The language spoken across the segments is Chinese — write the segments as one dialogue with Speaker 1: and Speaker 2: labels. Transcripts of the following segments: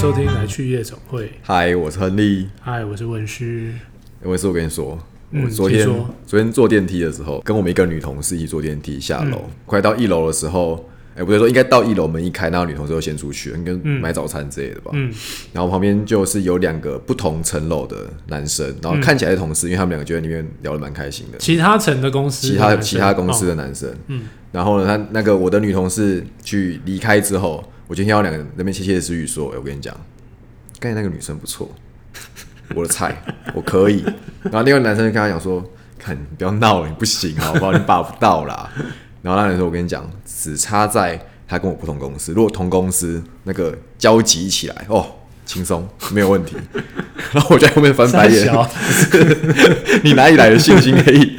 Speaker 1: 收听来去夜总会。
Speaker 2: 嗨，我是亨利。
Speaker 1: 嗨，我是文师。
Speaker 2: 我是我跟你说，
Speaker 1: 嗯
Speaker 2: 我昨天
Speaker 1: 请说
Speaker 2: 昨天坐电梯的时候，跟我们一个女同事一起坐电梯下楼，
Speaker 1: 嗯
Speaker 2: 快到一楼的时候，哎、不对，说应该到一楼门一开，那女同事就先出去，应该买早餐之类的吧。
Speaker 1: 嗯
Speaker 2: 然后旁边就是有两个不同层楼的男生，
Speaker 1: 嗯
Speaker 2: 然后看起来是同事，因为他们两个觉得里面聊得蛮开心的。
Speaker 1: 其他城的公司
Speaker 2: 其
Speaker 1: 的
Speaker 2: 他
Speaker 1: 男生，
Speaker 2: 其他公司
Speaker 1: 哦
Speaker 2: 啊的男生。然后呢，他那个我的女同事去离开之后，我今天要两个人那边窃窃私语说：“哎、我跟你讲，刚才那个女生不错，我的菜，我可以。”然后另外一个男生就跟他讲说：“看，你不要闹了，你不行好不好？你把不到啦。”然后那人说：“我跟你讲，只差在他跟我不同公司，如果同公司那个交集起来哦。”轻松，没有问题。 然后我就在后面翻白眼
Speaker 1: 三，小
Speaker 2: 你哪里来的信心可以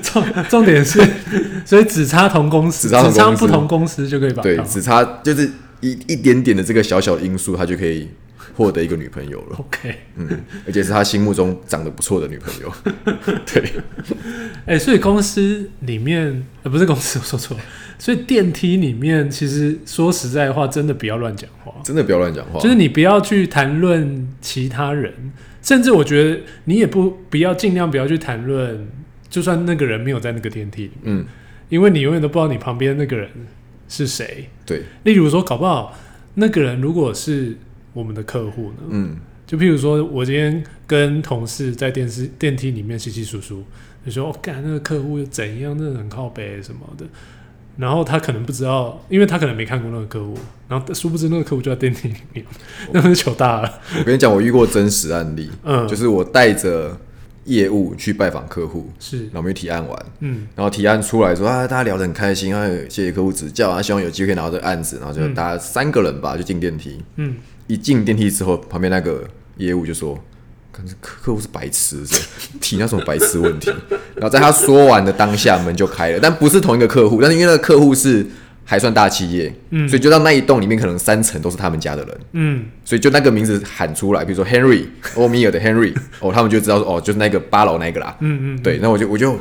Speaker 1: 重重点是，所以只差同公司，
Speaker 2: 只差同公司
Speaker 1: 不同公司就可以把
Speaker 2: 对
Speaker 1: 到，
Speaker 2: 只差就是一一点点的这个小小因素，他就可以获得一个女朋友 了。
Speaker 1: OK，
Speaker 2: 嗯，而且是他心目中长得不错的女朋 友。对，
Speaker 1: 哎、所以公司里面呃不是公司，我 说错了，所以电梯里面其实说实在话，真的不要乱讲话。
Speaker 2: 真的不要乱讲话。
Speaker 1: 就是你不要去谈论其他人，甚至我觉得你也不不要尽量不要去谈论，就算那个人没有在那个电梯里，
Speaker 2: 嗯，
Speaker 1: 因为你永远都不知道你旁边那个人是谁。
Speaker 2: 对，
Speaker 1: 例如说，搞不好那个人如果是我们的客户呢，
Speaker 2: 嗯，
Speaker 1: 就譬如说我今天跟同事在电视电梯里面稀稀疏疏，就说哦，干那个客户又怎样，那个很靠北什么的。然后他可能不知道，因为他可能没看过那个客户，然后殊不知那个客户就在电梯里面， 那不是糗大了。
Speaker 2: 我跟你讲，我遇过真实案例，
Speaker 1: 嗯
Speaker 2: 就是我带着业务去拜访客户，
Speaker 1: 是
Speaker 2: 然，后我们去提案完，
Speaker 1: 嗯，
Speaker 2: 然后提案出来说啊，大家聊得很开心，啊，谢谢客户指教啊，希望有机会拿到这个案子，然后就大家三个人吧，就进电梯，
Speaker 1: 嗯，
Speaker 2: 一进电梯之后，旁边那个业务就说。看这客客户是白痴，是 不是提那什么白痴问题？然后在他说完的当下，门就开了，但不是同一个客户，但是因为那个客户是还算大企业，嗯，所以就让那一栋里面可能三层都是他们家的人，
Speaker 1: 嗯，
Speaker 2: 所以就那个名字喊出来，比如说 Henry 欧米尔的 Henry，哦，他们就知道说哦，就是那个八楼那个啦。嗯嗯对，那我就我就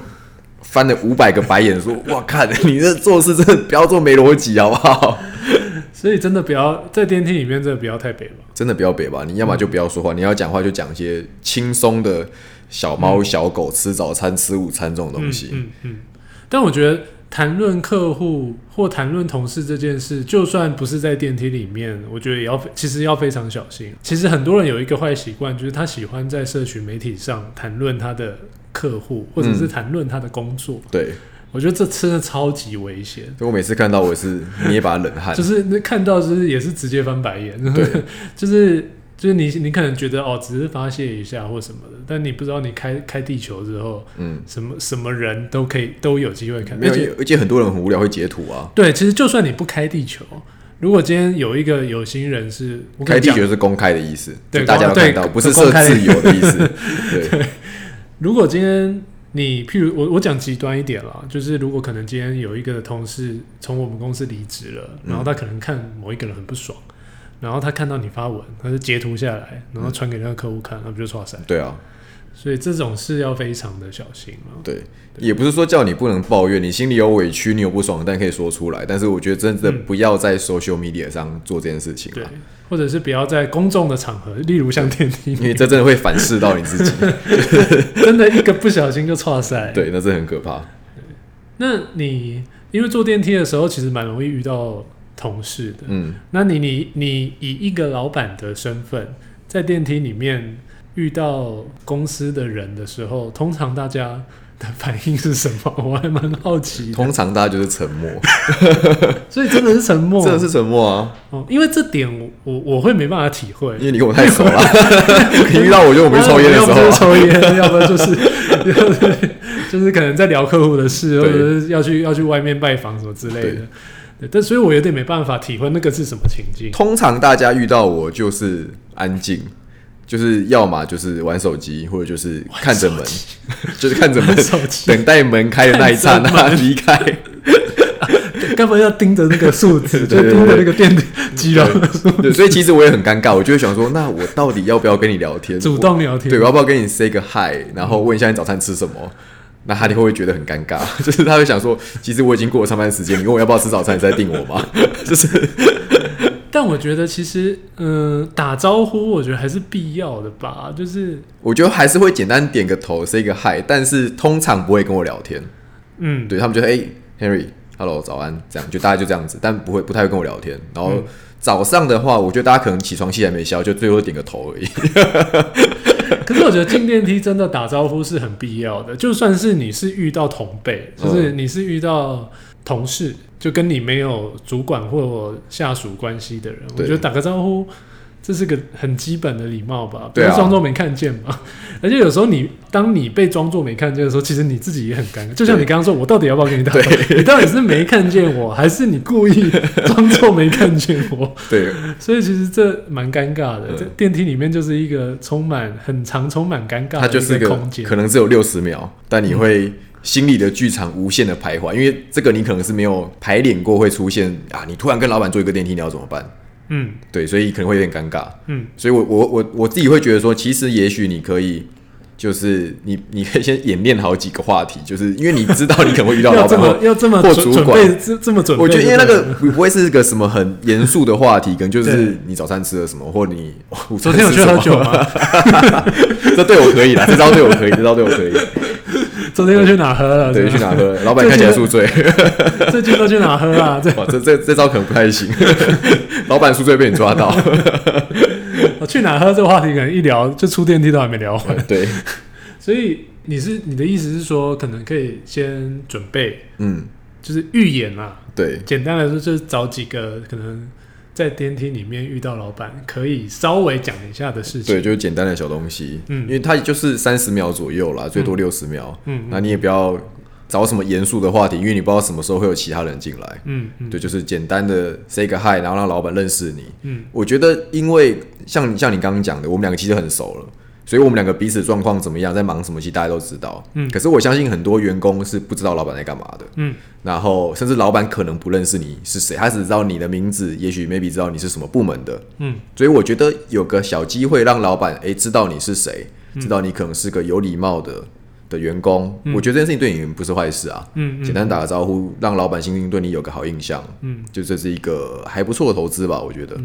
Speaker 2: 翻了五百个白眼，说哇，看 你这做事真的不要做没逻辑，好不好？
Speaker 1: 所以真的不要在电梯里面，真的不要太北吧。
Speaker 2: 真的不要北吧，你要么就不要说话，你要讲话就讲一些轻松的小猫小狗吃早餐、吃午餐这种东西。
Speaker 1: 嗯嗯。但我觉得谈论客户或谈论同事这件事，就算不是在电梯里面，我觉得也要其实要非常小心。其实很多人有一个坏习惯，就是他喜欢在社群媒体上谈论他的客户，或
Speaker 2: 嗯
Speaker 1: 者是谈论他的工作。
Speaker 2: 对，
Speaker 1: 我觉得这真的超级危险。
Speaker 2: 所以我每次看到我是捏把冷汗
Speaker 1: 就。是那看到就是也是直接翻白眼，
Speaker 2: 对
Speaker 1: 就是就是你你可能觉得哦，只是发泄一下或什么的，但你不知道你开开地球之后，
Speaker 2: 嗯，
Speaker 1: 什么什么人都可以都有机会看，
Speaker 2: 没
Speaker 1: 而
Speaker 2: 有
Speaker 1: 且，
Speaker 2: 而且很多人很无聊，会截图啊。
Speaker 1: 对，其实就算你不开地球，如果今天有一个有心人是我跟
Speaker 2: 开
Speaker 1: 你
Speaker 2: 地
Speaker 1: 讲
Speaker 2: 球是公开的意思，
Speaker 1: 对
Speaker 2: 就大家都
Speaker 1: 公
Speaker 2: 看到，
Speaker 1: 对
Speaker 2: 不是
Speaker 1: 公
Speaker 2: 设
Speaker 1: 开的
Speaker 2: 自由的意思。 对，
Speaker 1: 如果今天你，譬如我我讲极端一点啦，就是如果可能今天有一个同事从我们公司离职了，然
Speaker 2: 嗯
Speaker 1: 后他可能看某一个人很不爽，然后他看到你发文，他就截图下来，然后
Speaker 2: 嗯
Speaker 1: 传给那个客户看，那不就刷塞？
Speaker 2: 对啊，
Speaker 1: 所以这种事要非常的小心啊了。
Speaker 2: 对，也不是说叫你不能抱怨，你心里有委屈，你有不爽，但可以说出来。但是我觉得真的不要在 social media 上做这件事情
Speaker 1: 对
Speaker 2: 啊，，
Speaker 1: 或者是不要在公众的场合，例如像电梯
Speaker 2: 因为这真的会反噬到你自己。
Speaker 1: 真的一个不小心就错塞。，
Speaker 2: 对，那这很可怕。
Speaker 1: 那你因为坐电梯的时候，其实蛮容易遇到同事的。
Speaker 2: 嗯，
Speaker 1: 那你你你以一个老板的身份，在电梯里面遇到公司的人的时候，通常大家的反应是什么？我还蛮好奇的。
Speaker 2: 通常大家就是沉 默，
Speaker 1: 哦所以真的是沉默，
Speaker 2: 真的是沉默啊，
Speaker 1: 哦，因为这点我我我会没办法体会
Speaker 2: 因。为你跟我太 熟了。你遇到我就我没抽烟的时
Speaker 1: 要哦不
Speaker 2: 候
Speaker 1: 就
Speaker 2: 啊
Speaker 1: 是，抽烟，要不然就是，就是就是可能在聊客户的事，或
Speaker 2: 对
Speaker 1: 者是要去要去外面拜访什么之类的
Speaker 2: 对。
Speaker 1: 对，但所以我有点没办法体会那个是什么情境。
Speaker 2: 通常大家遇到我就是安静，就是要么就是玩手机，或者就是看着门，就是看着门
Speaker 1: 玩手机，
Speaker 2: 等待门开的那一刹 那
Speaker 1: 看着
Speaker 2: 离开。
Speaker 1: 该不会要盯着那个 数字，就
Speaker 2: 对对对
Speaker 1: 盯着那个电机了，
Speaker 2: 对，所以其实我也很尴尬，我就会想说，那我到底要不要跟你聊 天？
Speaker 1: 主动聊天。
Speaker 2: 对，我要不要跟你 say 个 hi，然后问一下你早餐吃什么？那他就会觉得很尴尬， 就是他会想说，其实我已经过了上班时间，你问我要不要吃早餐，你是在定我吗？就是
Speaker 1: 但我觉得其实，嗯、打招呼我觉得还是必要的吧，就是
Speaker 2: 我觉得还是会简单点个头，say 个 hi，但是通常不会跟我聊天。
Speaker 1: 嗯，
Speaker 2: 对他们就哎、h e n r y h e l l o 早安，这样就大家就这样子，但不会不太会跟我聊天。然
Speaker 1: 嗯
Speaker 2: 后早上的话，我觉得大家可能起床气还没消，就最多点个头而已。
Speaker 1: 可是我觉得进电梯真的打招呼是很必要的，就算是你是遇到同辈，
Speaker 2: 嗯
Speaker 1: 就是你是遇到同事，就跟你没有主管或下属关系的人，我
Speaker 2: 对
Speaker 1: 觉得打个招呼。这是个很基本的礼貌吧，不
Speaker 2: 对啊
Speaker 1: 要装作没看见嘛。 而且有时候你当你被装作没看见的时候，其实你自己也很尴尬。就像你刚刚说，我到底要不要跟你打招呼？你到底是没看见我，还是你故意 装作没看见我？
Speaker 2: 对，
Speaker 1: 所以其实这蛮尴尬的，
Speaker 2: 嗯
Speaker 1: 这电梯里面就是一个充满很长、充满尴尬
Speaker 2: 它就
Speaker 1: 的
Speaker 2: 是
Speaker 1: 一
Speaker 2: 个
Speaker 1: 空间嗯
Speaker 2: 可。能只有六十秒，但你会心里的剧场无限的徘徊，因为这个你可能是没有排练过，会出现啊，你突然跟老板坐一个电梯，你要怎么办？
Speaker 1: 嗯
Speaker 2: 对，所以可能会有点尴尬。
Speaker 1: 嗯，
Speaker 2: 所以我我我我自己会觉得说，其实也许你可以。就是你，你可以先演练好几个话题，就是因为你知道你可能会遇到
Speaker 1: 要
Speaker 2: 老
Speaker 1: 这
Speaker 2: 板或
Speaker 1: 么要这么
Speaker 2: 或
Speaker 1: 准
Speaker 2: 主
Speaker 1: 准
Speaker 2: 管
Speaker 1: 备这这么准备，
Speaker 2: 我觉得因为那个不不会是个什么很严肃的话题，可能就
Speaker 1: 对
Speaker 2: 是你早餐吃了什么，或你午
Speaker 1: 昨
Speaker 2: 餐
Speaker 1: 天有
Speaker 2: 吃
Speaker 1: 去
Speaker 2: 什
Speaker 1: 喝
Speaker 2: 么。
Speaker 1: 酒吗？
Speaker 2: 这对我可以啦，这招对我可以，这招对我可以。
Speaker 1: 昨天又去哪喝了？
Speaker 2: 对，
Speaker 1: 是
Speaker 2: 去
Speaker 1: 吧
Speaker 2: 哪喝？老板看起来宿醉，
Speaker 1: 最近都去哪喝啊？这
Speaker 2: 哇，这这这招可能不太行。 老板宿醉被你抓到，
Speaker 1: 我哦去哪喝这个话题，可能一聊就出电梯都还没聊完。
Speaker 2: 对，
Speaker 1: 所以你是你的意思是说，可能可以先准备，
Speaker 2: 嗯，
Speaker 1: 就是预演啊。
Speaker 2: 对，
Speaker 1: 简单来说，就是找几个可能在电梯里面遇到老板可以稍微讲一下的事情。
Speaker 2: 对，就是简单的小东西，
Speaker 1: 嗯
Speaker 2: 因为它就是三十秒左右啦，最多六十秒，
Speaker 1: 嗯
Speaker 2: 那你也不要找什么严肃的话题，因为你不知道什么时候会有其他人进来。
Speaker 1: 嗯嗯
Speaker 2: 对，就是简单的 say 个 hi，然后让老板认识你。
Speaker 1: 嗯，
Speaker 2: 我觉得因为像像你刚刚讲的，我们两个其实很熟了，所以我们两个彼此状况怎么样，在忙什么，其实大家都知道。
Speaker 1: 嗯
Speaker 2: 可是我相信很多员工是不知道老板在干嘛的。
Speaker 1: 嗯，
Speaker 2: 然后甚至老板可能不认识你是谁，他只知道你的名字，也许 maybe 知道你是什么部门的。
Speaker 1: 嗯，
Speaker 2: 所以我觉得有个小机会让老板诶、知道你是谁，
Speaker 1: 嗯
Speaker 2: 知道你可能是个有礼貌的的员工，我觉得这件事情对你不是坏事啊。
Speaker 1: 嗯
Speaker 2: 简单打个招呼，让老板心情对你有个好印象，
Speaker 1: 嗯，
Speaker 2: 就这是一个还不错的投资吧，我觉得。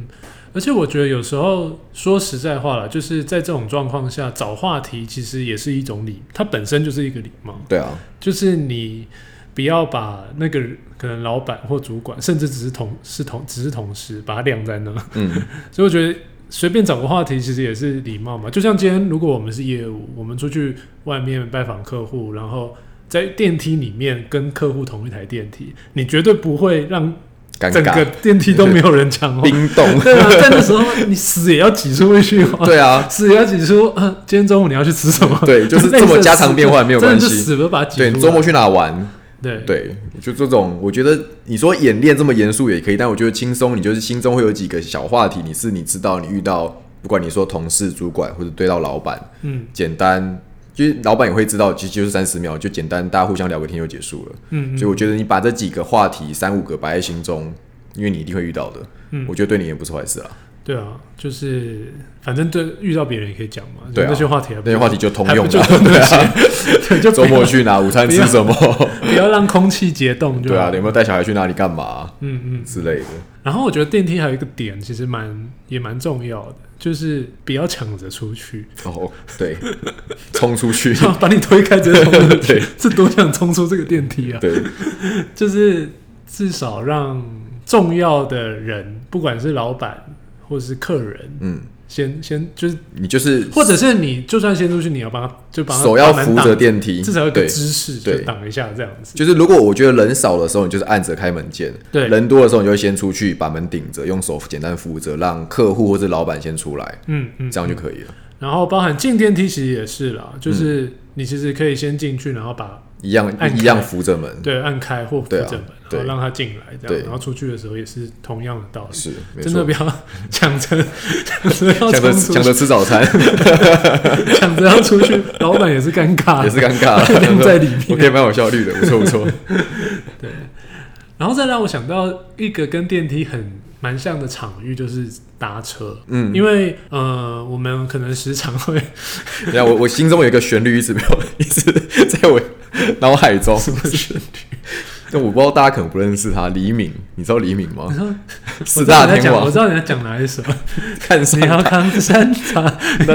Speaker 1: 而且我觉得有时候说实在话了，就是在这种状况下找话题，其实也是一种礼，它本身就是一个礼貌，
Speaker 2: 对啊，
Speaker 1: 就是你不要把那个可能老板或主管，甚至只是同是同只是同事，把它晾在那。
Speaker 2: 嗯，
Speaker 1: 所以我觉得随便找个话题，其实也是礼貌嘛。就像今天，如果我们是业务，我们出去外面拜访客户，然后在电梯里面跟客户同一台电梯，你绝对不会让
Speaker 2: 尴
Speaker 1: 整个
Speaker 2: 尬，
Speaker 1: 电梯都没有人讲话。
Speaker 2: 冰冻，
Speaker 1: 对啊，在那时候你死也要挤出一句话，
Speaker 2: 对 啊，
Speaker 1: 死也要挤出。啊，今天中午你要去吃什么？
Speaker 2: 对就是这么家常便饭没有关系
Speaker 1: 真的就死不把它挤出
Speaker 2: 对，
Speaker 1: 来。
Speaker 2: 你周末去哪玩？
Speaker 1: 啊对
Speaker 2: 对，就这种，我觉得你说演练这么严肃也可以，但我觉得轻松，你就是心中会有几个小话题，你是你知道你遇到，不管你说同事、主管或者对到老板，
Speaker 1: 嗯
Speaker 2: 简单，就是老板也会知道，其实就是三十秒，就简单，大家互相聊个天就结束了。
Speaker 1: 嗯
Speaker 2: 所以我觉得你把这几个话题三五个摆在心中，因为你一定会遇到的，
Speaker 1: 嗯
Speaker 2: 我，觉得对你也不是坏事啦。
Speaker 1: 对啊，就是反正对遇到别人也可以讲嘛，
Speaker 2: 对啊
Speaker 1: 就那些话题还
Speaker 2: 那
Speaker 1: 不
Speaker 2: 些话题就通用
Speaker 1: 还不就
Speaker 2: 的，
Speaker 1: 是
Speaker 2: 对啊，
Speaker 1: 对，就不
Speaker 2: 周
Speaker 1: 要
Speaker 2: 末去哪，午餐吃什 么，啊
Speaker 1: 不要让空气结冻就
Speaker 2: 对啊，
Speaker 1: 好。
Speaker 2: 有没有带小孩去哪里干嘛、
Speaker 1: 嗯嗯。
Speaker 2: 之类的。
Speaker 1: 然后我觉得电梯还有一个点，其实蛮也蛮重要的，就是不要抢着出 去，
Speaker 2: 哦，对，冲出 去，
Speaker 1: 把你推开直接冲出去
Speaker 2: 对，
Speaker 1: 这多想冲出这个电梯啊！
Speaker 2: 对，
Speaker 1: 就是至少让重要的人，不管是老板或是客人，
Speaker 2: 嗯，
Speaker 1: 先先就是，
Speaker 2: 你就是
Speaker 1: 或者是你就算先出去，你要帮他就帮他
Speaker 2: 手要
Speaker 1: 把门
Speaker 2: 扶
Speaker 1: 挡
Speaker 2: 着电梯，
Speaker 1: 至少有个
Speaker 2: 对。
Speaker 1: 姿势
Speaker 2: 对
Speaker 1: 就挡一下这样子。
Speaker 2: 就是如果我觉得人少的时候，你就是按着开门键；
Speaker 1: 对
Speaker 2: 人多的时候，你就会先出去，把门顶着，用手简单扶着，让客户或者老板先出来，
Speaker 1: 嗯嗯，
Speaker 2: 这样就可以了。
Speaker 1: 然后包含进电梯其实也是啦，
Speaker 2: 嗯
Speaker 1: 就是你其实可以先进去，然后把
Speaker 2: 一样
Speaker 1: 按开
Speaker 2: 一样扶着门，
Speaker 1: 对按开或扶
Speaker 2: 对啊
Speaker 1: 着门，然
Speaker 2: 嗯对
Speaker 1: 后让他进来这
Speaker 2: 对
Speaker 1: 样，然后出去的时候也是同样的道理。
Speaker 2: 是没
Speaker 1: 真的
Speaker 2: 错
Speaker 1: 不。要 抢着抢着要
Speaker 2: 抢着
Speaker 1: 冲出
Speaker 2: 抢着吃 早餐
Speaker 1: 抢着要出去，老板也是尴尬，
Speaker 2: 也是尴尬
Speaker 1: 有点在里
Speaker 2: 我
Speaker 1: 面。
Speaker 2: 可以蛮有效率的，不错不 错。
Speaker 1: 对，然后再让我想到一个跟电梯很蛮像的场域，就是搭车。
Speaker 2: 嗯，
Speaker 1: 因为呃，我们可能时常会
Speaker 2: 等一下我我 心中有一个旋律一直没有，一直在我脑海中。
Speaker 1: 什么旋律？
Speaker 2: 但我不知道大家可能不认识他，李敏，你知道李敏吗
Speaker 1: 你？说
Speaker 2: 四大天
Speaker 1: 我
Speaker 2: 王
Speaker 1: 知道你在讲我知道你在讲哪一首，
Speaker 2: 看上
Speaker 1: 你要
Speaker 2: 他，
Speaker 1: 康山茶，
Speaker 2: 那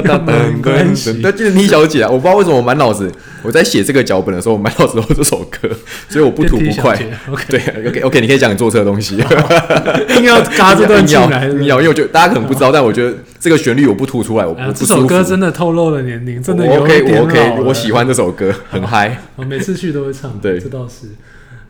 Speaker 1: 那没关系。
Speaker 2: 那就是倪小姐啊！我不知道为什么我满脑子，我在写这个脚本的时候，我满脑子都是这首歌， 所以我不吐不 快。
Speaker 1: ，OK，
Speaker 2: 对，OK OK，你可以讲你坐车的东 西，
Speaker 1: 硬要嘎这段进来，
Speaker 2: 你要，因为我觉得大家可能不知道，但我觉得这个旋律我不吐出来，我不
Speaker 1: 哎呀，
Speaker 2: 不
Speaker 1: 这
Speaker 2: 舒
Speaker 1: 首
Speaker 2: 服。
Speaker 1: 歌真的透露了年龄，真的
Speaker 2: 我
Speaker 1: 有一
Speaker 2: OK，
Speaker 1: 点
Speaker 2: 我 OK，
Speaker 1: 老了
Speaker 2: 我喜欢这首歌，很嗨。
Speaker 1: 我每次去都会唱，
Speaker 2: 对
Speaker 1: 这倒是。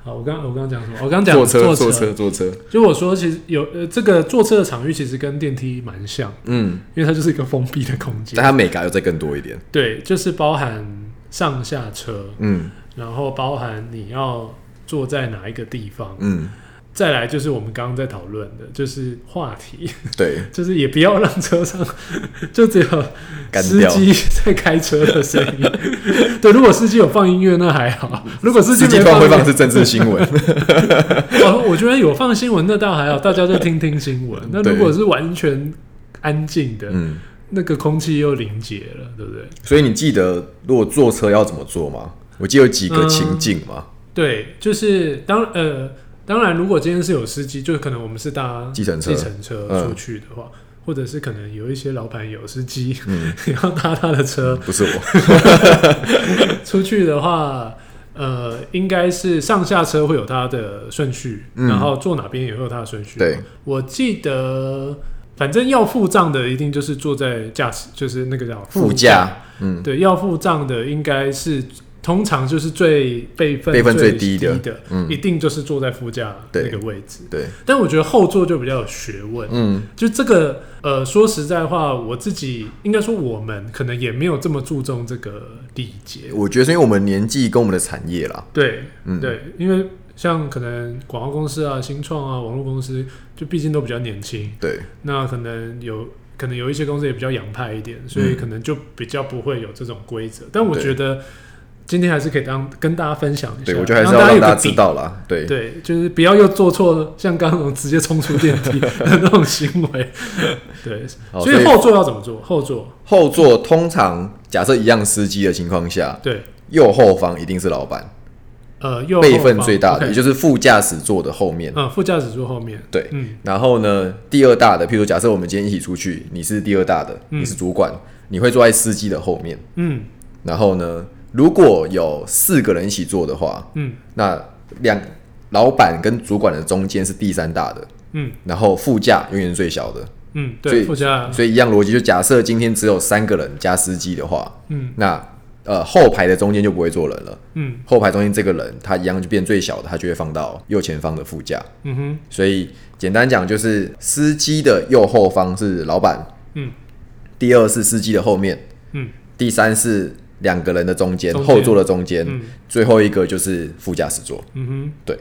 Speaker 1: 好，我刚我刚讲什么？哦我刚讲
Speaker 2: 坐车，
Speaker 1: 坐
Speaker 2: 坐车，，坐车，
Speaker 1: 就我说，其实有呃，这个坐车的场域其实跟电梯蛮像，
Speaker 2: 嗯，
Speaker 1: 因为它就是一个封闭的空间
Speaker 2: 但。它美感又再更多一点，
Speaker 1: 对，就是包含上下车，
Speaker 2: 嗯
Speaker 1: 然后包含你要坐在哪一个地方，
Speaker 2: 嗯，
Speaker 1: 再来就是我们刚刚在讨论的，就是话题，
Speaker 2: 对，
Speaker 1: 就是也不要让车上 就只有
Speaker 2: 干
Speaker 1: 司
Speaker 2: 掉
Speaker 1: 机在开车的声音。 对，如果司机有放音乐，那还 好；如果司机
Speaker 2: 司机
Speaker 1: 没
Speaker 2: 突然会
Speaker 1: 音乐
Speaker 2: 放是政治新闻，
Speaker 1: 哦，我觉得有放新闻那倒还好，大家就听听新闻。那如果是完全安静的，
Speaker 2: 嗯，
Speaker 1: 那个空气又凝结了，对不对？
Speaker 2: 所以你记得如果坐车要怎么做吗？我记得有几个情境嘛，
Speaker 1: 对，就是当呃，当然，如果今天是有司机，就可能我们是搭
Speaker 2: 计程车
Speaker 1: 计程车
Speaker 2: 嗯
Speaker 1: 出去的话，或者是可能有一些老板有司机，
Speaker 2: 嗯，
Speaker 1: 你要搭他的车
Speaker 2: 不是我，
Speaker 1: 出去的话。呃，应该是上下车会有它的顺序，
Speaker 2: 嗯
Speaker 1: 然后坐哪边也会有它的顺序。
Speaker 2: 对，
Speaker 1: 我记得，反正要付账的一定就是坐在驾驶，就是那个叫
Speaker 2: 副驾，嗯，
Speaker 1: 对，要付账的应该是通常就是最辈分
Speaker 2: 辈分最低
Speaker 1: 低
Speaker 2: 的嗯
Speaker 1: 一定就是坐在副驾
Speaker 2: 对
Speaker 1: 那个位置。
Speaker 2: 对，
Speaker 1: 但我觉得后座就比较有学问，
Speaker 2: 嗯，
Speaker 1: 就这个呃，说实在话，我自己应该说我们可能也没有这么注重这个礼节。
Speaker 2: 我觉得是因为我们年纪跟我们的产业啦，
Speaker 1: 对、
Speaker 2: 嗯，，
Speaker 1: 对，因为像可能广告公司啊、新创啊、网络公司，就毕竟都比较年轻，
Speaker 2: 对，
Speaker 1: 那可能有可能有一些公司也比较洋派一点，所以可能就比较不会有这种规则。但我
Speaker 2: 对
Speaker 1: 觉得今天还是可以当跟大家分享一下，
Speaker 2: 对，我觉得还是
Speaker 1: 啊大
Speaker 2: 要
Speaker 1: 家有
Speaker 2: 让
Speaker 1: 个
Speaker 2: 大家知
Speaker 1: 底。
Speaker 2: 道啦，对，
Speaker 1: 对，就是不要又做错，像刚刚那种直接冲出电梯的那种行为。对，
Speaker 2: 好
Speaker 1: 所以后座要怎么做？后座
Speaker 2: 后座通常假设一样司机的情况下，
Speaker 1: 对，
Speaker 2: 右后方一定是老板，
Speaker 1: 呃，右
Speaker 2: 辈
Speaker 1: 后
Speaker 2: 分
Speaker 1: 方
Speaker 2: 最大
Speaker 1: OK
Speaker 2: 的，也就是副驾驶座的后面。
Speaker 1: 嗯，副驾驶座后面。
Speaker 2: 对
Speaker 1: 嗯，
Speaker 2: 然后呢，第二大的，譬如假设我们今天一起出去，你是第二大的，你是主管，你会坐在司机的后面。
Speaker 1: 嗯
Speaker 2: 然后呢，如果有四个人一起坐的话，
Speaker 1: 嗯
Speaker 2: 那两老板跟主管的中间是第三大的，
Speaker 1: 嗯
Speaker 2: 然后副驾永远是最小的。
Speaker 1: 嗯，
Speaker 2: 所
Speaker 1: 对，
Speaker 2: 以
Speaker 1: 副驾，
Speaker 2: 所以一样逻辑，就假设今天只有三个人加司机的话，
Speaker 1: 嗯
Speaker 2: 那呃后排的中间就不会坐人了。
Speaker 1: 嗯
Speaker 2: 后排中间这个人，他一样就变最小的，他就会放到右前方的副驾。
Speaker 1: 嗯哼，
Speaker 2: 所以简单讲，就是司机的右后方是老板，
Speaker 1: 嗯
Speaker 2: 第二是司机的后面，
Speaker 1: 嗯
Speaker 2: 第三是两个人的中间，
Speaker 1: 中间
Speaker 2: 后座的中间，
Speaker 1: 嗯
Speaker 2: 最后一个就是副驾驶座。
Speaker 1: 嗯哼，
Speaker 2: 对。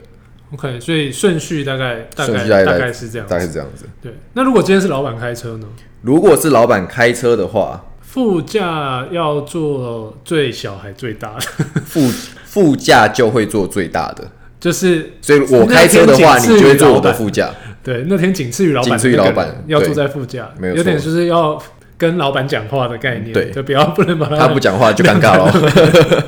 Speaker 1: OK，所以顺序大概大
Speaker 2: 顺
Speaker 1: 概
Speaker 2: 序大概
Speaker 1: 大概是这样子
Speaker 2: 大概是这样子。
Speaker 1: 对，那如果今天是老板开车呢？
Speaker 2: 如果是老板开车的话，
Speaker 1: 副驾要做最小还最大 的，
Speaker 2: 副副驾就会坐最大的。
Speaker 1: 就是
Speaker 2: 所以我开车的话，
Speaker 1: 那
Speaker 2: 你
Speaker 1: 天仅次于
Speaker 2: 就会坐我
Speaker 1: 老
Speaker 2: 的
Speaker 1: 板
Speaker 2: 副驾。
Speaker 1: 对那天仅次于老板的
Speaker 2: 仅次于
Speaker 1: 那个人，
Speaker 2: 老板
Speaker 1: 要
Speaker 2: 对
Speaker 1: 坐在副驾，
Speaker 2: 没有错
Speaker 1: 点就是要跟老板讲话的概念，
Speaker 2: 对
Speaker 1: 就不要不能把
Speaker 2: 他不讲话就尴尬了。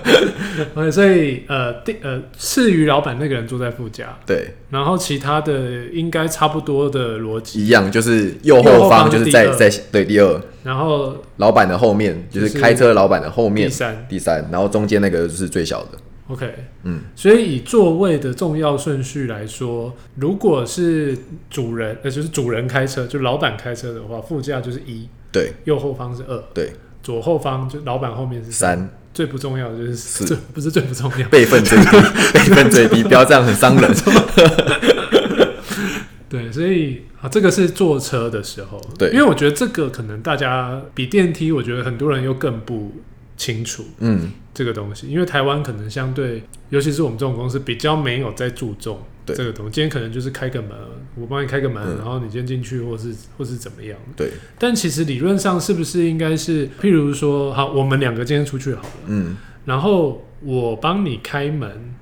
Speaker 1: OK，所以呃第呃次于老板那个人坐在副驾，
Speaker 2: 对，
Speaker 1: 然后其他的应该差不多的逻辑，
Speaker 2: 一样就是右
Speaker 1: 右后
Speaker 2: 后
Speaker 1: 方
Speaker 2: 方
Speaker 1: 是
Speaker 2: 就是
Speaker 1: 第
Speaker 2: 在
Speaker 1: 二
Speaker 2: 在对第二
Speaker 1: 然后
Speaker 2: 老板的后面，就
Speaker 1: 就是
Speaker 2: 是开车的老板的后
Speaker 1: 第
Speaker 2: 面
Speaker 1: 三
Speaker 2: 第三，然后中间那个就是最小的。
Speaker 1: OK，
Speaker 2: 嗯，
Speaker 1: 所以以座位的重要顺序来说，如果是主人，呃，就是主人开车，就老板开车的话，副驾就是一，
Speaker 2: 对
Speaker 1: 右后方是二，
Speaker 2: 对，
Speaker 1: 左后方就老板后面是三，
Speaker 2: 三
Speaker 1: 最不重要的就是
Speaker 2: 四
Speaker 1: 最不是最不重要，
Speaker 2: 辈分最低，辈分最低，不要这样很伤人。
Speaker 1: 对，所以啊，这个是坐车的时候，
Speaker 2: 对
Speaker 1: 因为我觉得这个可能大家比电梯，我觉得很多人又更不清楚
Speaker 2: 嗯，
Speaker 1: 这个东西，因为台湾可能相对，尤其是我们这种公司比较没有在注重
Speaker 2: 对
Speaker 1: 这个东西。今天可能就是开个门，我帮你开个门，
Speaker 2: 嗯
Speaker 1: 然后你先进去，或是或是怎么样。
Speaker 2: 对，
Speaker 1: 但其实理论上是不是应该是，譬如说，好，我们两个今天出去好了，
Speaker 2: 嗯，
Speaker 1: 然后我帮你开门，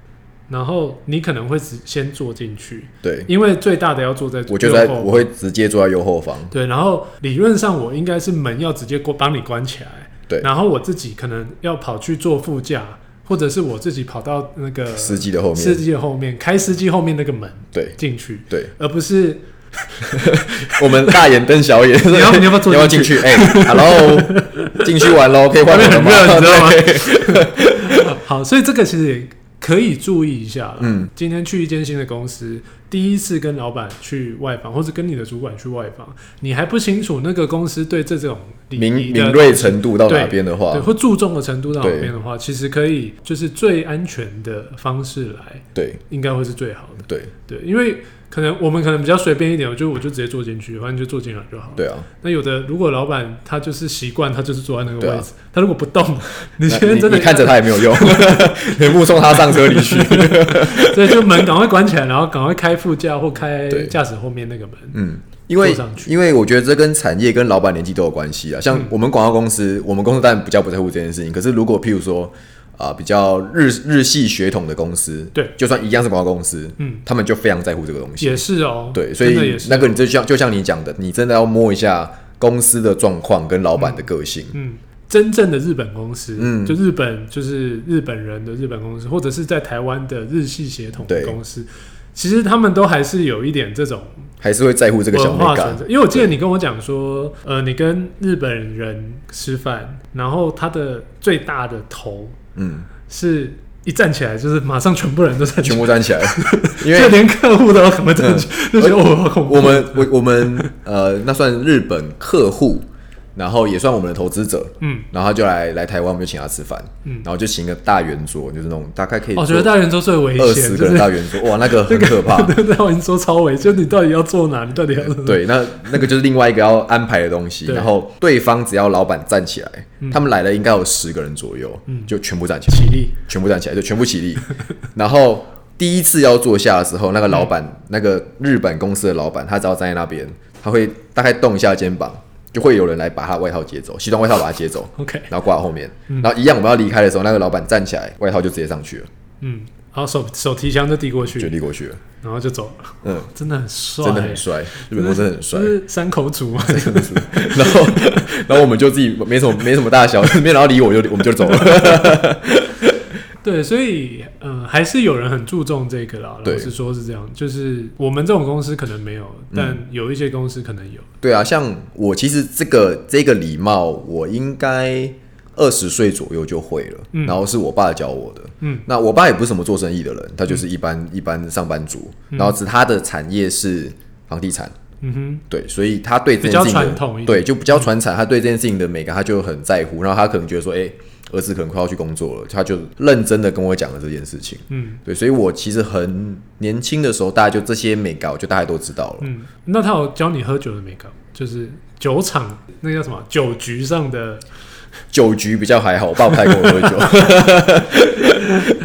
Speaker 1: 然后你可能会只先坐进去，
Speaker 2: 对，
Speaker 1: 因为最大的要坐在
Speaker 2: 嗯我就在
Speaker 1: 右后
Speaker 2: 我会直接坐在右后方。
Speaker 1: 对，然后理论上我应该是门要直接关帮你关起来，
Speaker 2: 对
Speaker 1: 然后我自己可能要跑去坐副驾，或者是我自己跑到那个
Speaker 2: 司机的后
Speaker 1: 司
Speaker 2: 面，
Speaker 1: 机的后面，开司机后面那个门
Speaker 2: 对
Speaker 1: 进去，
Speaker 2: 对，
Speaker 1: 而不是
Speaker 2: 我们大眼瞪小眼，
Speaker 1: 你要你要不要坐
Speaker 2: 要进去？哎，Hello，进去玩喽，可以换
Speaker 1: 外面
Speaker 2: 我
Speaker 1: 很
Speaker 2: 吗？
Speaker 1: 热，你知道吗
Speaker 2: 对？
Speaker 1: 好，所以这个其实也可以注意一下啦。
Speaker 2: 嗯，
Speaker 1: 今天去一间新的公司，第一次跟老板去外访，或者跟你的主管去外访，你还不清楚那个公司对这种礼
Speaker 2: 敏
Speaker 1: 仪的
Speaker 2: 敏锐程度到哪边的
Speaker 1: 对
Speaker 2: 话，
Speaker 1: 或注重的程度到哪
Speaker 2: 对
Speaker 1: 边的话，其实可以就是最安全的方式来，
Speaker 2: 对
Speaker 1: 应该会是最好的。
Speaker 2: 对
Speaker 1: 对，因为可能我们可能比较随便一点，我就我就直接坐进去，反正就坐进来就好了。
Speaker 2: 对啊，
Speaker 1: 那有的如果老板他就是习惯，他就是坐在那个
Speaker 2: 对啊
Speaker 1: 位置，他如果不 动，你
Speaker 2: 那
Speaker 1: 现在真的
Speaker 2: 你看着他也没有用，你目送他上车离去。
Speaker 1: 对，就门赶快关起来，然后赶快开副驾或开
Speaker 2: 对
Speaker 1: 驾驶后面那个门。
Speaker 2: 嗯，因为
Speaker 1: 坐上去嗯
Speaker 2: 因为我觉得这跟产业跟老板年纪都有关系啊。像我们广告公司，我们公司当然比较不在乎这件事情。可是如果譬如说啊、比较日日系血统的公司，
Speaker 1: 对
Speaker 2: 就算一样是广告公司，
Speaker 1: 嗯，
Speaker 2: 他们就非常在乎这个东西。
Speaker 1: 也是哦，
Speaker 2: 对，所
Speaker 1: 真的
Speaker 2: 以
Speaker 1: 也是
Speaker 2: 那个你就像就像你讲的，你真的要摸一下公司的状况跟老板的个性。
Speaker 1: 嗯，真正的日本公司，
Speaker 2: 嗯
Speaker 1: 就日本就是日本人的日本公司，或者是在台湾的日系血统的
Speaker 2: 对
Speaker 1: 公司，其实他们都还是有一点这种
Speaker 2: 还是会在乎这个小
Speaker 1: 文
Speaker 2: 美
Speaker 1: 化
Speaker 2: 感
Speaker 1: 存。在。因为我记得你跟我讲说，呃，你跟日本人吃饭，然后他的最大的头
Speaker 2: 嗯，
Speaker 1: 是一站起来就是马上全部人都站起
Speaker 2: 全
Speaker 1: 来，
Speaker 2: 部站 起来，因
Speaker 1: 就
Speaker 2: 为
Speaker 1: 连客户都可能站起来，就觉得哦，好恐怖。
Speaker 2: 嗯我们我我们呃，那算日本客户，然后也算我们的投资者，
Speaker 1: 嗯，
Speaker 2: 然后他就来来台湾，我们就请他吃饭，
Speaker 1: 嗯
Speaker 2: 然后就请一个大圆桌，就是那种大概可以
Speaker 1: 哦我觉得大圆桌最危
Speaker 2: 二
Speaker 1: 险，
Speaker 2: 十
Speaker 1: 就
Speaker 2: 个人
Speaker 1: 是
Speaker 2: 大圆桌，哇，那个很可怕。
Speaker 1: 大圆桌超危，就你到底要坐哪？你到底要
Speaker 2: 对，那那个就是另外一个要安排的东西。
Speaker 1: 对嗯
Speaker 2: 然后对方只要老板站起来，他们来了应该有十个人左右，就全部站起来，
Speaker 1: 起立，
Speaker 2: 全部站起来，就全部起立。 然后第一次要坐下的时候，那个老板，
Speaker 1: 嗯
Speaker 2: 那个日本公司的老板，他只要站在那边，他会大概动一下肩膀，就会有人来把他的外套接走，西装外套把他 接走，
Speaker 1: ？OK，
Speaker 2: 然后挂在后面。然后一样，我们要离开的时候，那个老板站起来，外套就直接上去了，
Speaker 1: 嗯，然后手手提箱就递过
Speaker 2: 就
Speaker 1: 去，
Speaker 2: 立过去了。
Speaker 1: 然后就走了，
Speaker 2: 嗯，
Speaker 1: 真的很帅，
Speaker 2: 真的很
Speaker 1: 哎
Speaker 2: 帅，日本公司很帅
Speaker 1: 就。是三口组 嘛，
Speaker 2: 然后， 然后我们就自己没什么没什么大小，没人要理我就我们就走了。
Speaker 1: 对，所以嗯、呃还是有人很注重这个啦。老
Speaker 2: 对嗯
Speaker 1: 实说是这样，就是我们这种公司可能没有，但有一些公司可能有。
Speaker 2: 对啊，像我其实这个这个礼貌，我应该二十岁左右就会了，然后是我爸教我的。
Speaker 1: 嗯，
Speaker 2: 那我爸也不是什么做生意的人，他就是一般、一般上班族，然后只他的产业是房地产。
Speaker 1: 嗯哼，
Speaker 2: 对，所以他对这件
Speaker 1: 比较
Speaker 2: 事情的
Speaker 1: 传统一点嗯
Speaker 2: 对，就比较传产，他对这件事情的美感，他就很在乎，然后他可能觉得说，哎、儿子可能快要去工作了，他就认真的跟我讲了这件事情。
Speaker 1: 嗯
Speaker 2: 对，所以我其实很年轻的时候，大家就这些美感，我就大家都知道了。
Speaker 1: 嗯，那他有教你喝酒的没搞？就是酒厂那叫什么酒局上的，
Speaker 2: 酒局比较还好，我爸不太跟我喝酒，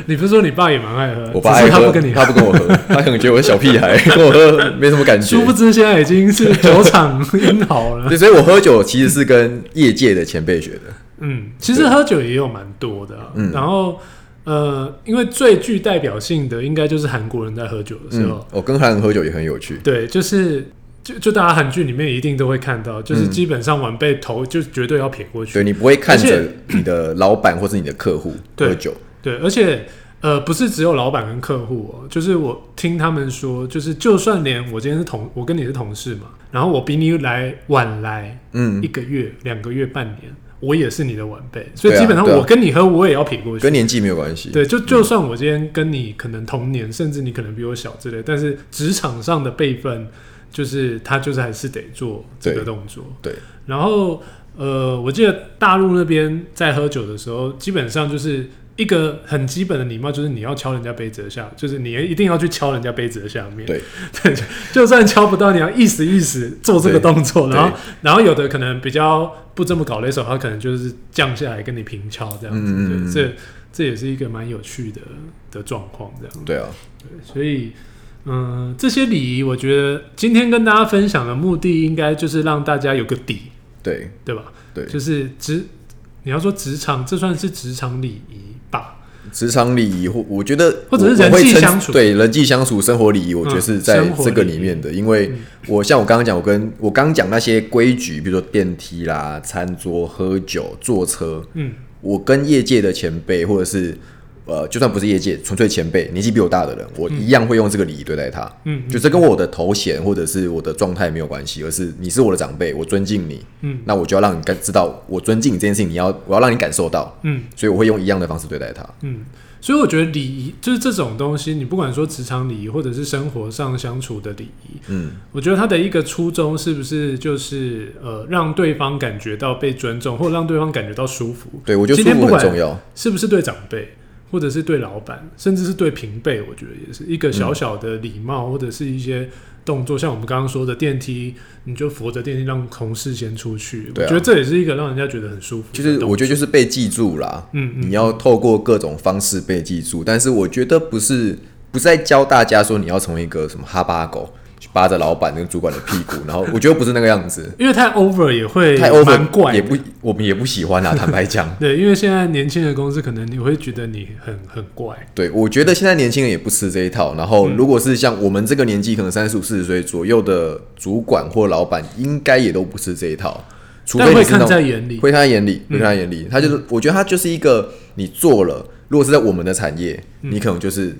Speaker 1: 你不是说你爸也蛮爱喝，
Speaker 2: 我爸
Speaker 1: 只
Speaker 2: 爱
Speaker 1: 是他
Speaker 2: 喝，
Speaker 1: 不跟你喝
Speaker 2: 他。不跟我喝，他可能觉得我是小屁孩，跟我喝没什么感觉
Speaker 1: 殊。不知现在已经是酒厂 英豪了。
Speaker 2: 对，所以我喝酒其实是跟业界的前辈学的。
Speaker 1: 嗯，其实喝酒也有蛮多的、啊。
Speaker 2: 嗯
Speaker 1: 然后呃，因为最具代表性的应该就是韩国人在喝酒的时候，
Speaker 2: 嗯，我跟韩人喝酒也很有趣。
Speaker 1: 对，就是。就就大家韩剧里面一定都会看到，就是
Speaker 2: 嗯
Speaker 1: 基本上晚辈头就绝对要撇过去，
Speaker 2: 对你不会看
Speaker 1: 而且
Speaker 2: 着你的老板或是你的客户
Speaker 1: 对
Speaker 2: 喝酒，
Speaker 1: 对，而且呃，不是只有老板跟客户哦，就是我听他们说，就是就算连我今天是同，我跟你是同事嘛，然后我比你来晚来
Speaker 2: 嗯
Speaker 1: 一，个月、两个月、半年，我也是你的晚辈，所以
Speaker 2: 对啊
Speaker 1: 基本上
Speaker 2: 对啊
Speaker 1: 我跟你喝，我也要撇过去。
Speaker 2: 跟年纪没有关系。
Speaker 1: 对，就就算我今天跟你可能同年，甚至你可能比我小之类，但是职场上的辈分，就是他就是还是得做这个
Speaker 2: 对
Speaker 1: 动作。
Speaker 2: 对
Speaker 1: 然后呃，我记得大陆那边在喝酒的时候，基本上就是一个很基本的礼貌，就是你要敲人家杯子的下，就是你一定要去敲人家杯子的下面。
Speaker 2: 对
Speaker 1: 对，就 就算敲不到，你要意思意思做这个动作，
Speaker 2: 对
Speaker 1: 然后然后有的可能比较不这么搞的手，他可能就是降下来跟你平敲这样子。
Speaker 2: 嗯嗯嗯
Speaker 1: 对，
Speaker 2: 嗯
Speaker 1: 这这也是一个蛮有趣的的状况这样。
Speaker 2: 对啊，
Speaker 1: 对，所以，嗯、这些礼仪，我觉得今天跟大家分享的目的，应该就是让大家有个底，
Speaker 2: 对
Speaker 1: 对吧？
Speaker 2: 对，
Speaker 1: 就是职，你要说职场，这算是职场礼仪吧？
Speaker 2: 职场礼仪，或我觉得
Speaker 1: 或者是
Speaker 2: 我
Speaker 1: 人际
Speaker 2: 我会称
Speaker 1: 相处
Speaker 2: 对人际相处、生活礼仪，我觉得
Speaker 1: 嗯
Speaker 2: 是在
Speaker 1: 生活
Speaker 2: 这个
Speaker 1: 礼仪嗯
Speaker 2: 里面的。因为我像我刚刚讲，我跟我刚讲那些规矩，比如说电梯啦、餐桌、喝酒、坐车，
Speaker 1: 嗯
Speaker 2: 我跟业界的前辈或者是呃，就算不是业界，纯粹前辈，年纪比我大的人，我一样会用这个礼仪对待他。
Speaker 1: 嗯嗯
Speaker 2: 就这跟我的头衔或者是我的状态没有关系，而是你是我的长辈，我尊敬你，
Speaker 1: 嗯，
Speaker 2: 那我就要让你感知道我尊敬你这件事情，你要我要让你感受到，
Speaker 1: 嗯，
Speaker 2: 所以我会用一样的方式对待他。
Speaker 1: 嗯，所以我觉得礼仪就是这种东西，你不管说职场礼仪或者是生活上相处的礼仪，
Speaker 2: 嗯，
Speaker 1: 我觉得它的一个初衷是不是就是呃让对方感觉到被尊重，或让对方感觉到舒服，
Speaker 2: 对我觉得
Speaker 1: 今
Speaker 2: 舒
Speaker 1: 天
Speaker 2: 服
Speaker 1: 不
Speaker 2: 很
Speaker 1: 管
Speaker 2: 重要。
Speaker 1: 是不是对长辈，或者是对老板，甚至是对平辈，我觉得也是一个小小的礼貌，或者是一些动作，像我们刚刚说的电梯，你就扶着电梯让同事先出去，
Speaker 2: 对啊
Speaker 1: 我觉得这也是一个让人家觉得很舒服
Speaker 2: 就
Speaker 1: 的动作。
Speaker 2: 是我觉得就是被记住啦，
Speaker 1: 嗯嗯
Speaker 2: 你要透过各种方式被记住，但是我觉得不是不是在教大家说你要成为一个什么哈巴狗，去扒着老板跟主管的屁股，然后我觉得不是那个样 子，
Speaker 1: 因为太 over 也会
Speaker 2: 太
Speaker 1: 蛮怪
Speaker 2: over
Speaker 1: 的
Speaker 2: 也不我们也不喜欢啦，啊坦白讲，
Speaker 1: 对，因为现在年轻的公司，可能你会觉得你很很怪，
Speaker 2: 对我觉得现在年轻人也不吃这一套，然后
Speaker 1: 嗯
Speaker 2: 如果是像我们这个年纪，可能三十五四十岁左右的主管或老板，应该也都不吃这一套，除
Speaker 1: 但
Speaker 2: 非你
Speaker 1: 会
Speaker 2: 是那
Speaker 1: 看
Speaker 2: 种
Speaker 1: 在眼里。嗯
Speaker 2: 会看在眼里，会看在眼里。他就是，我觉得他就是一个你做了，如果是在我们的产业，
Speaker 1: 嗯
Speaker 2: 你可能就是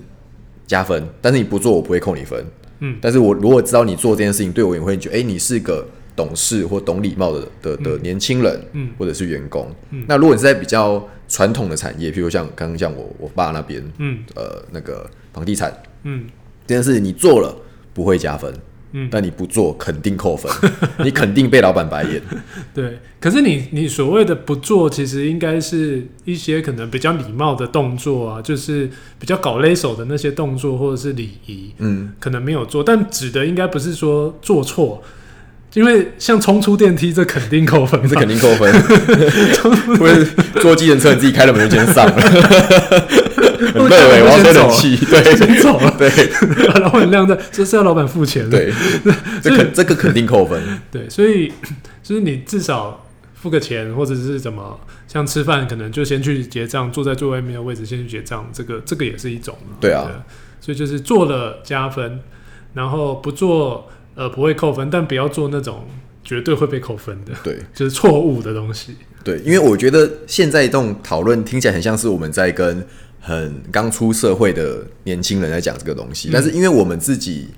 Speaker 2: 加分，但是你不做，我不会扣你分。
Speaker 1: 嗯，
Speaker 2: 但是我如果知道你做这件事情，对我也会觉得，哎、你是个懂事或懂礼貌的的的年轻人，
Speaker 1: 嗯，
Speaker 2: 或者是员工。那如果你是在比较传统的产业，譬如像刚刚像我我爸那边，
Speaker 1: 嗯
Speaker 2: 呃，那个房地产
Speaker 1: 嗯
Speaker 2: 这件事情，你做了不会加分。
Speaker 1: 嗯
Speaker 2: 但你不做肯定扣分，你肯定被老板白眼。
Speaker 1: 对。可是你你所谓的不做，其实应该是一些可能比较礼貌的动作啊，就是比较搞勒手的那些动作或者是礼仪，
Speaker 2: 嗯，
Speaker 1: 可能没有做，但指的应该不是说做错。因为像冲出电梯，这肯定扣分嘛。
Speaker 2: 这肯定扣分，不是坐计程车你自己开了门就先上了，很累欸，我要吹冷气，对
Speaker 1: 先走了，
Speaker 2: 对
Speaker 1: 老板亮在，这是要老板付钱的。
Speaker 2: 对，这肯这个肯定扣分，
Speaker 1: 对，所以就是你至少付个钱，或者是怎么，像吃饭可能就先去结账，坐在最外面的位置先去结账，这个这个也是一种嘛。
Speaker 2: 对啊
Speaker 1: 所以就是做了加分，然后不做呃不会扣分，但不要做那种绝对会被扣分的，
Speaker 2: 对
Speaker 1: 就是错误的东西。
Speaker 2: 对，因为我觉得现在这种讨论听起来很像是我们在跟很刚出社会的年轻人在讲这个东
Speaker 1: 嗯
Speaker 2: 西，但是因为我们自己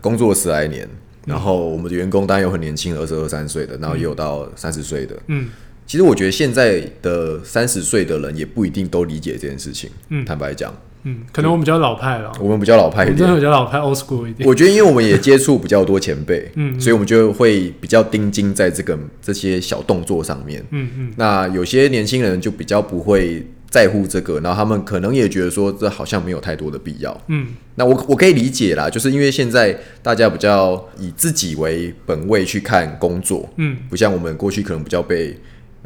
Speaker 2: 工作十来年，然后我们的员工当然有很年轻的二十二三岁的，然后也有到三十岁的，
Speaker 1: 嗯
Speaker 2: 其实我觉得现在的三十岁的人也不一定都理解这件事情。
Speaker 1: 嗯
Speaker 2: 坦白讲，
Speaker 1: 嗯，可能我们比较老派了，
Speaker 2: 我们比较老
Speaker 1: 我
Speaker 2: 派一
Speaker 1: 们真 的
Speaker 2: 点。
Speaker 1: 比较老派，old school 一点。
Speaker 2: 我觉得，因为我们也接触比较多前辈，
Speaker 1: 嗯
Speaker 2: 所以我们就会比较盯紧在这个这些小动作上面。
Speaker 1: 嗯嗯
Speaker 2: 那有些年轻人就比较不会在乎这个，然后他们可能也觉得说这好像没有太多的必要。
Speaker 1: 嗯
Speaker 2: 那我我可以理解啦，就是因为现在大家比较以自己为本位去看工作，
Speaker 1: 嗯，
Speaker 2: 不像我们过去可能比较被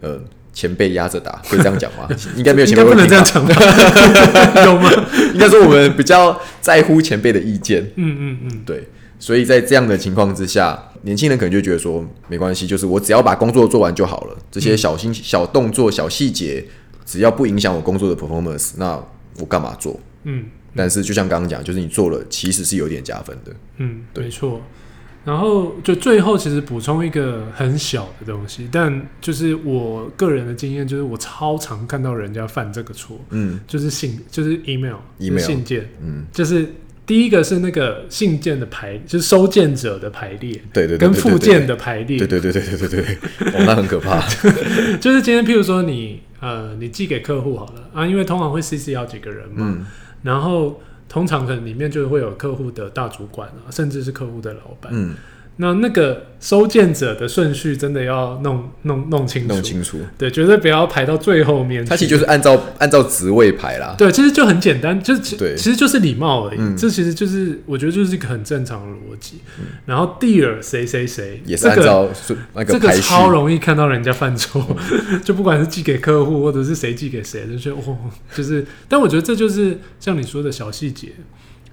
Speaker 2: 呃前辈压着打，可以这样讲 吗？应该没有
Speaker 1: 应
Speaker 2: 前
Speaker 1: 该
Speaker 2: 辈
Speaker 1: 不
Speaker 2: 会
Speaker 1: 能
Speaker 2: 听
Speaker 1: 这
Speaker 2: 吧
Speaker 1: 样讲吧？ 有吗？
Speaker 2: 应该说我们比较在乎前辈的意见，
Speaker 1: 嗯嗯嗯
Speaker 2: 对，所以在这样的情况之下，年轻人可能就觉得说没关系，就是我只要把工作做完就好了，
Speaker 1: 嗯
Speaker 2: 这些小心小动作、小细节，只要不影响我工作的 performance，那我干嘛做？
Speaker 1: 嗯。
Speaker 2: 但是就像刚刚讲，就是你做了，其实是有点加分的。
Speaker 1: 嗯，
Speaker 2: 对
Speaker 1: 没错。然后就最后其实补充一个很小的东西，但就是我个人的经验，就是我超常看到人家犯这个错，
Speaker 2: 嗯
Speaker 1: 就是信，就是 email，就是
Speaker 2: Email
Speaker 1: 信件，
Speaker 2: 嗯，
Speaker 1: 就是第一个是那个信件的排，就是收件者的排列，
Speaker 2: 对对对，
Speaker 1: 跟
Speaker 2: 对
Speaker 1: 附件，的排列，
Speaker 2: 对对对对对对对对，对 哦，那很可怕。
Speaker 1: 就是今天譬如说你呃你寄给客户好了啊，因为通常会 CC 好几个人嘛，
Speaker 2: 嗯
Speaker 1: 然后通常可能里面就会有客户的大主管啊，甚至是客户的老板，
Speaker 2: 嗯，
Speaker 1: 那那个收件者的顺序真的要弄弄弄清楚，
Speaker 2: 弄清楚，
Speaker 1: 对，绝对不要排到最后面去。
Speaker 2: 它其实就是按照按照职位排啦。
Speaker 1: 对，其实就很简单，就是其
Speaker 2: 对
Speaker 1: 其实就是礼貌而已。
Speaker 2: 嗯
Speaker 1: 这其实就是我觉得就是一个很正常的逻辑。然后第二谁谁谁
Speaker 2: 也是按照顺那
Speaker 1: 这个
Speaker 2: 个
Speaker 1: 这个
Speaker 2: 排序，
Speaker 1: 超容易看到人家犯 错，就不管是寄给客户或者是谁寄给谁，就觉得哦，就是。但我觉得这就是像你说的小细节。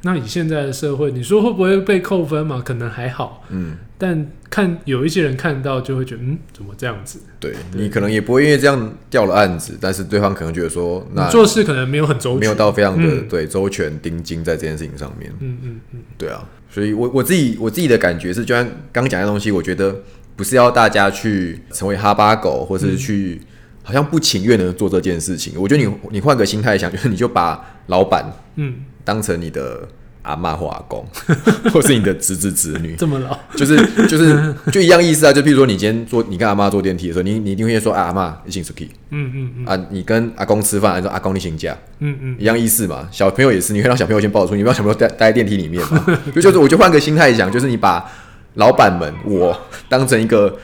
Speaker 1: 那以现在的社会，你说会不会被扣分嘛？可能还好，
Speaker 2: 嗯，
Speaker 1: 但看有一些人看到就会觉得，嗯，怎么这样子？
Speaker 2: 对你可能也不会因为这样掉了案子，但是对方可能觉得说，
Speaker 1: 你
Speaker 2: 那
Speaker 1: 做事可能没有很周全，
Speaker 2: 没有到非常的、
Speaker 1: 嗯
Speaker 2: 对周全盯紧在这件事情上面，
Speaker 1: 嗯嗯嗯
Speaker 2: 对啊，所以我我自己我自己的感觉是，就像
Speaker 1: 嗯
Speaker 2: 刚刚讲的东西，我觉得不是要大家去成为哈巴狗，或是去、好像不情愿的做这件事情。我觉得你你换个心态想，就是你就把老板
Speaker 1: 嗯，
Speaker 2: 当成你的阿嬷或阿公， 或是你的侄子侄女，
Speaker 1: 这么老，
Speaker 2: 就是就是就一样意思啊。就譬如说，你今天坐你跟阿妈坐电梯的时候，你你一定会说啊阿妈你请 s u k i
Speaker 1: 嗯嗯嗯
Speaker 2: 啊，你跟阿公吃饭，你说阿公你请假，
Speaker 1: 嗯嗯，
Speaker 2: 一样意思嘛。小朋友也是，你会让小朋友先抱出，你不要小朋友待待在电梯里面嘛。 就就是我就换个心态想，就是你把老板们我当成一个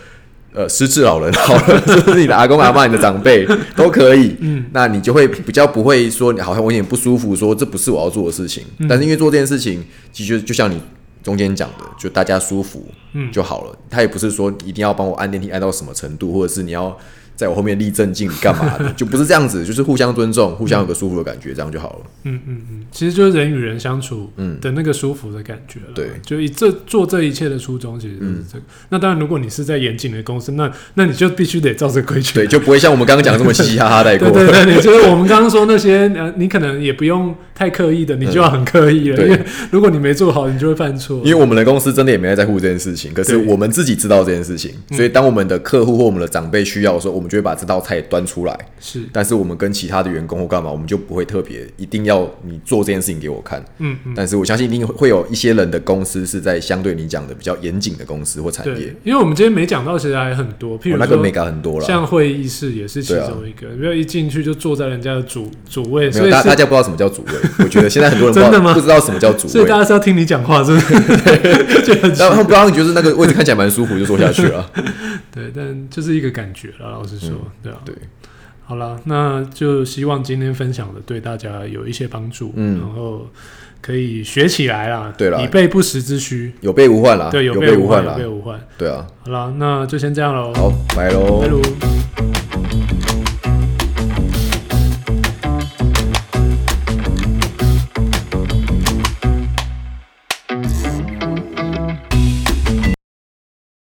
Speaker 2: 呃失智老人好了，就是你的阿公阿妈、你的长辈都可以。嗯，那你就会比较不会说你好像我有点不舒服，说这不是我要做的事情。但是因为做这件事情，其实就就像你。中间讲的，就大家舒服，
Speaker 1: 嗯
Speaker 2: 就好了。他也不是说一定要帮我按电梯按到什么程度，或者是你要在我后面立正敬礼干嘛 的，就不是这样子，就是互相尊重，互相有个舒服的感觉，这样就好了。
Speaker 1: 嗯嗯嗯，其实就是人与人相处
Speaker 2: 嗯
Speaker 1: 的那个舒服的感觉了。
Speaker 2: 对
Speaker 1: 就以这做这一切的初衷，其实就是这个。那当然，如果你是在严谨的公司，那那你就必须得照这规矩。
Speaker 2: 对，就不会像我们刚刚讲的这么嘻嘻哈哈带过
Speaker 1: 对。对对，你就是我们刚刚说那些呃，你可能也不用太刻意的，你就要很刻意了，
Speaker 2: 对
Speaker 1: 因为如果你没做好，你就会犯错。
Speaker 2: 因为我们的公司真的也没在在乎这件事情，可是
Speaker 1: 对嗯
Speaker 2: 我们自己知道这件事情，所以当我们的客户或我们的长辈需要的时候，我们就会把这道菜端出来。
Speaker 1: 是，
Speaker 2: 但是我们跟其他的员工或干嘛，我们就不会特别一定要你做这件事情给我看。
Speaker 1: 嗯嗯，
Speaker 2: 但是我相信一定会有一些人的公司是在相对你讲的比较严谨的公司或产业
Speaker 1: 对，，因为我们今天没讲到，其实还很多，譬
Speaker 2: 哦
Speaker 1: 如
Speaker 2: 那个美
Speaker 1: 说
Speaker 2: 感很多了。
Speaker 1: 像会议室也是其
Speaker 2: 对啊
Speaker 1: 中一个，不要一进去就坐在人家的主主位，
Speaker 2: 没
Speaker 1: 所
Speaker 2: 有
Speaker 1: 以
Speaker 2: 大
Speaker 1: 是
Speaker 2: 大家不知道什么叫主位，我觉得现在很多人不 知
Speaker 1: 真的
Speaker 2: 道
Speaker 1: 吗
Speaker 2: 不知道什么叫主
Speaker 1: 所以
Speaker 2: 位
Speaker 1: 大，家是要听你讲话，是不是？就很奇
Speaker 2: 然后他们不让你觉得那个位置看起来蛮舒服，就坐下去啊 了。
Speaker 1: 对，但就是一个感觉了。老实说，对啊，
Speaker 2: 嗯对，
Speaker 1: 好了，那就希望今天分享的对大家有一些帮助，
Speaker 2: 嗯
Speaker 1: 然后可以学起来啦，
Speaker 2: 对啦
Speaker 1: 以备不时之需。
Speaker 2: 有备无患啦，
Speaker 1: 对，有
Speaker 2: 备
Speaker 1: 无
Speaker 2: 患
Speaker 1: 有
Speaker 2: 啦
Speaker 1: 备，无患。
Speaker 2: 对啊，
Speaker 1: 好了，那就先这样喽，
Speaker 2: 好，拜喽，
Speaker 1: 拜喽。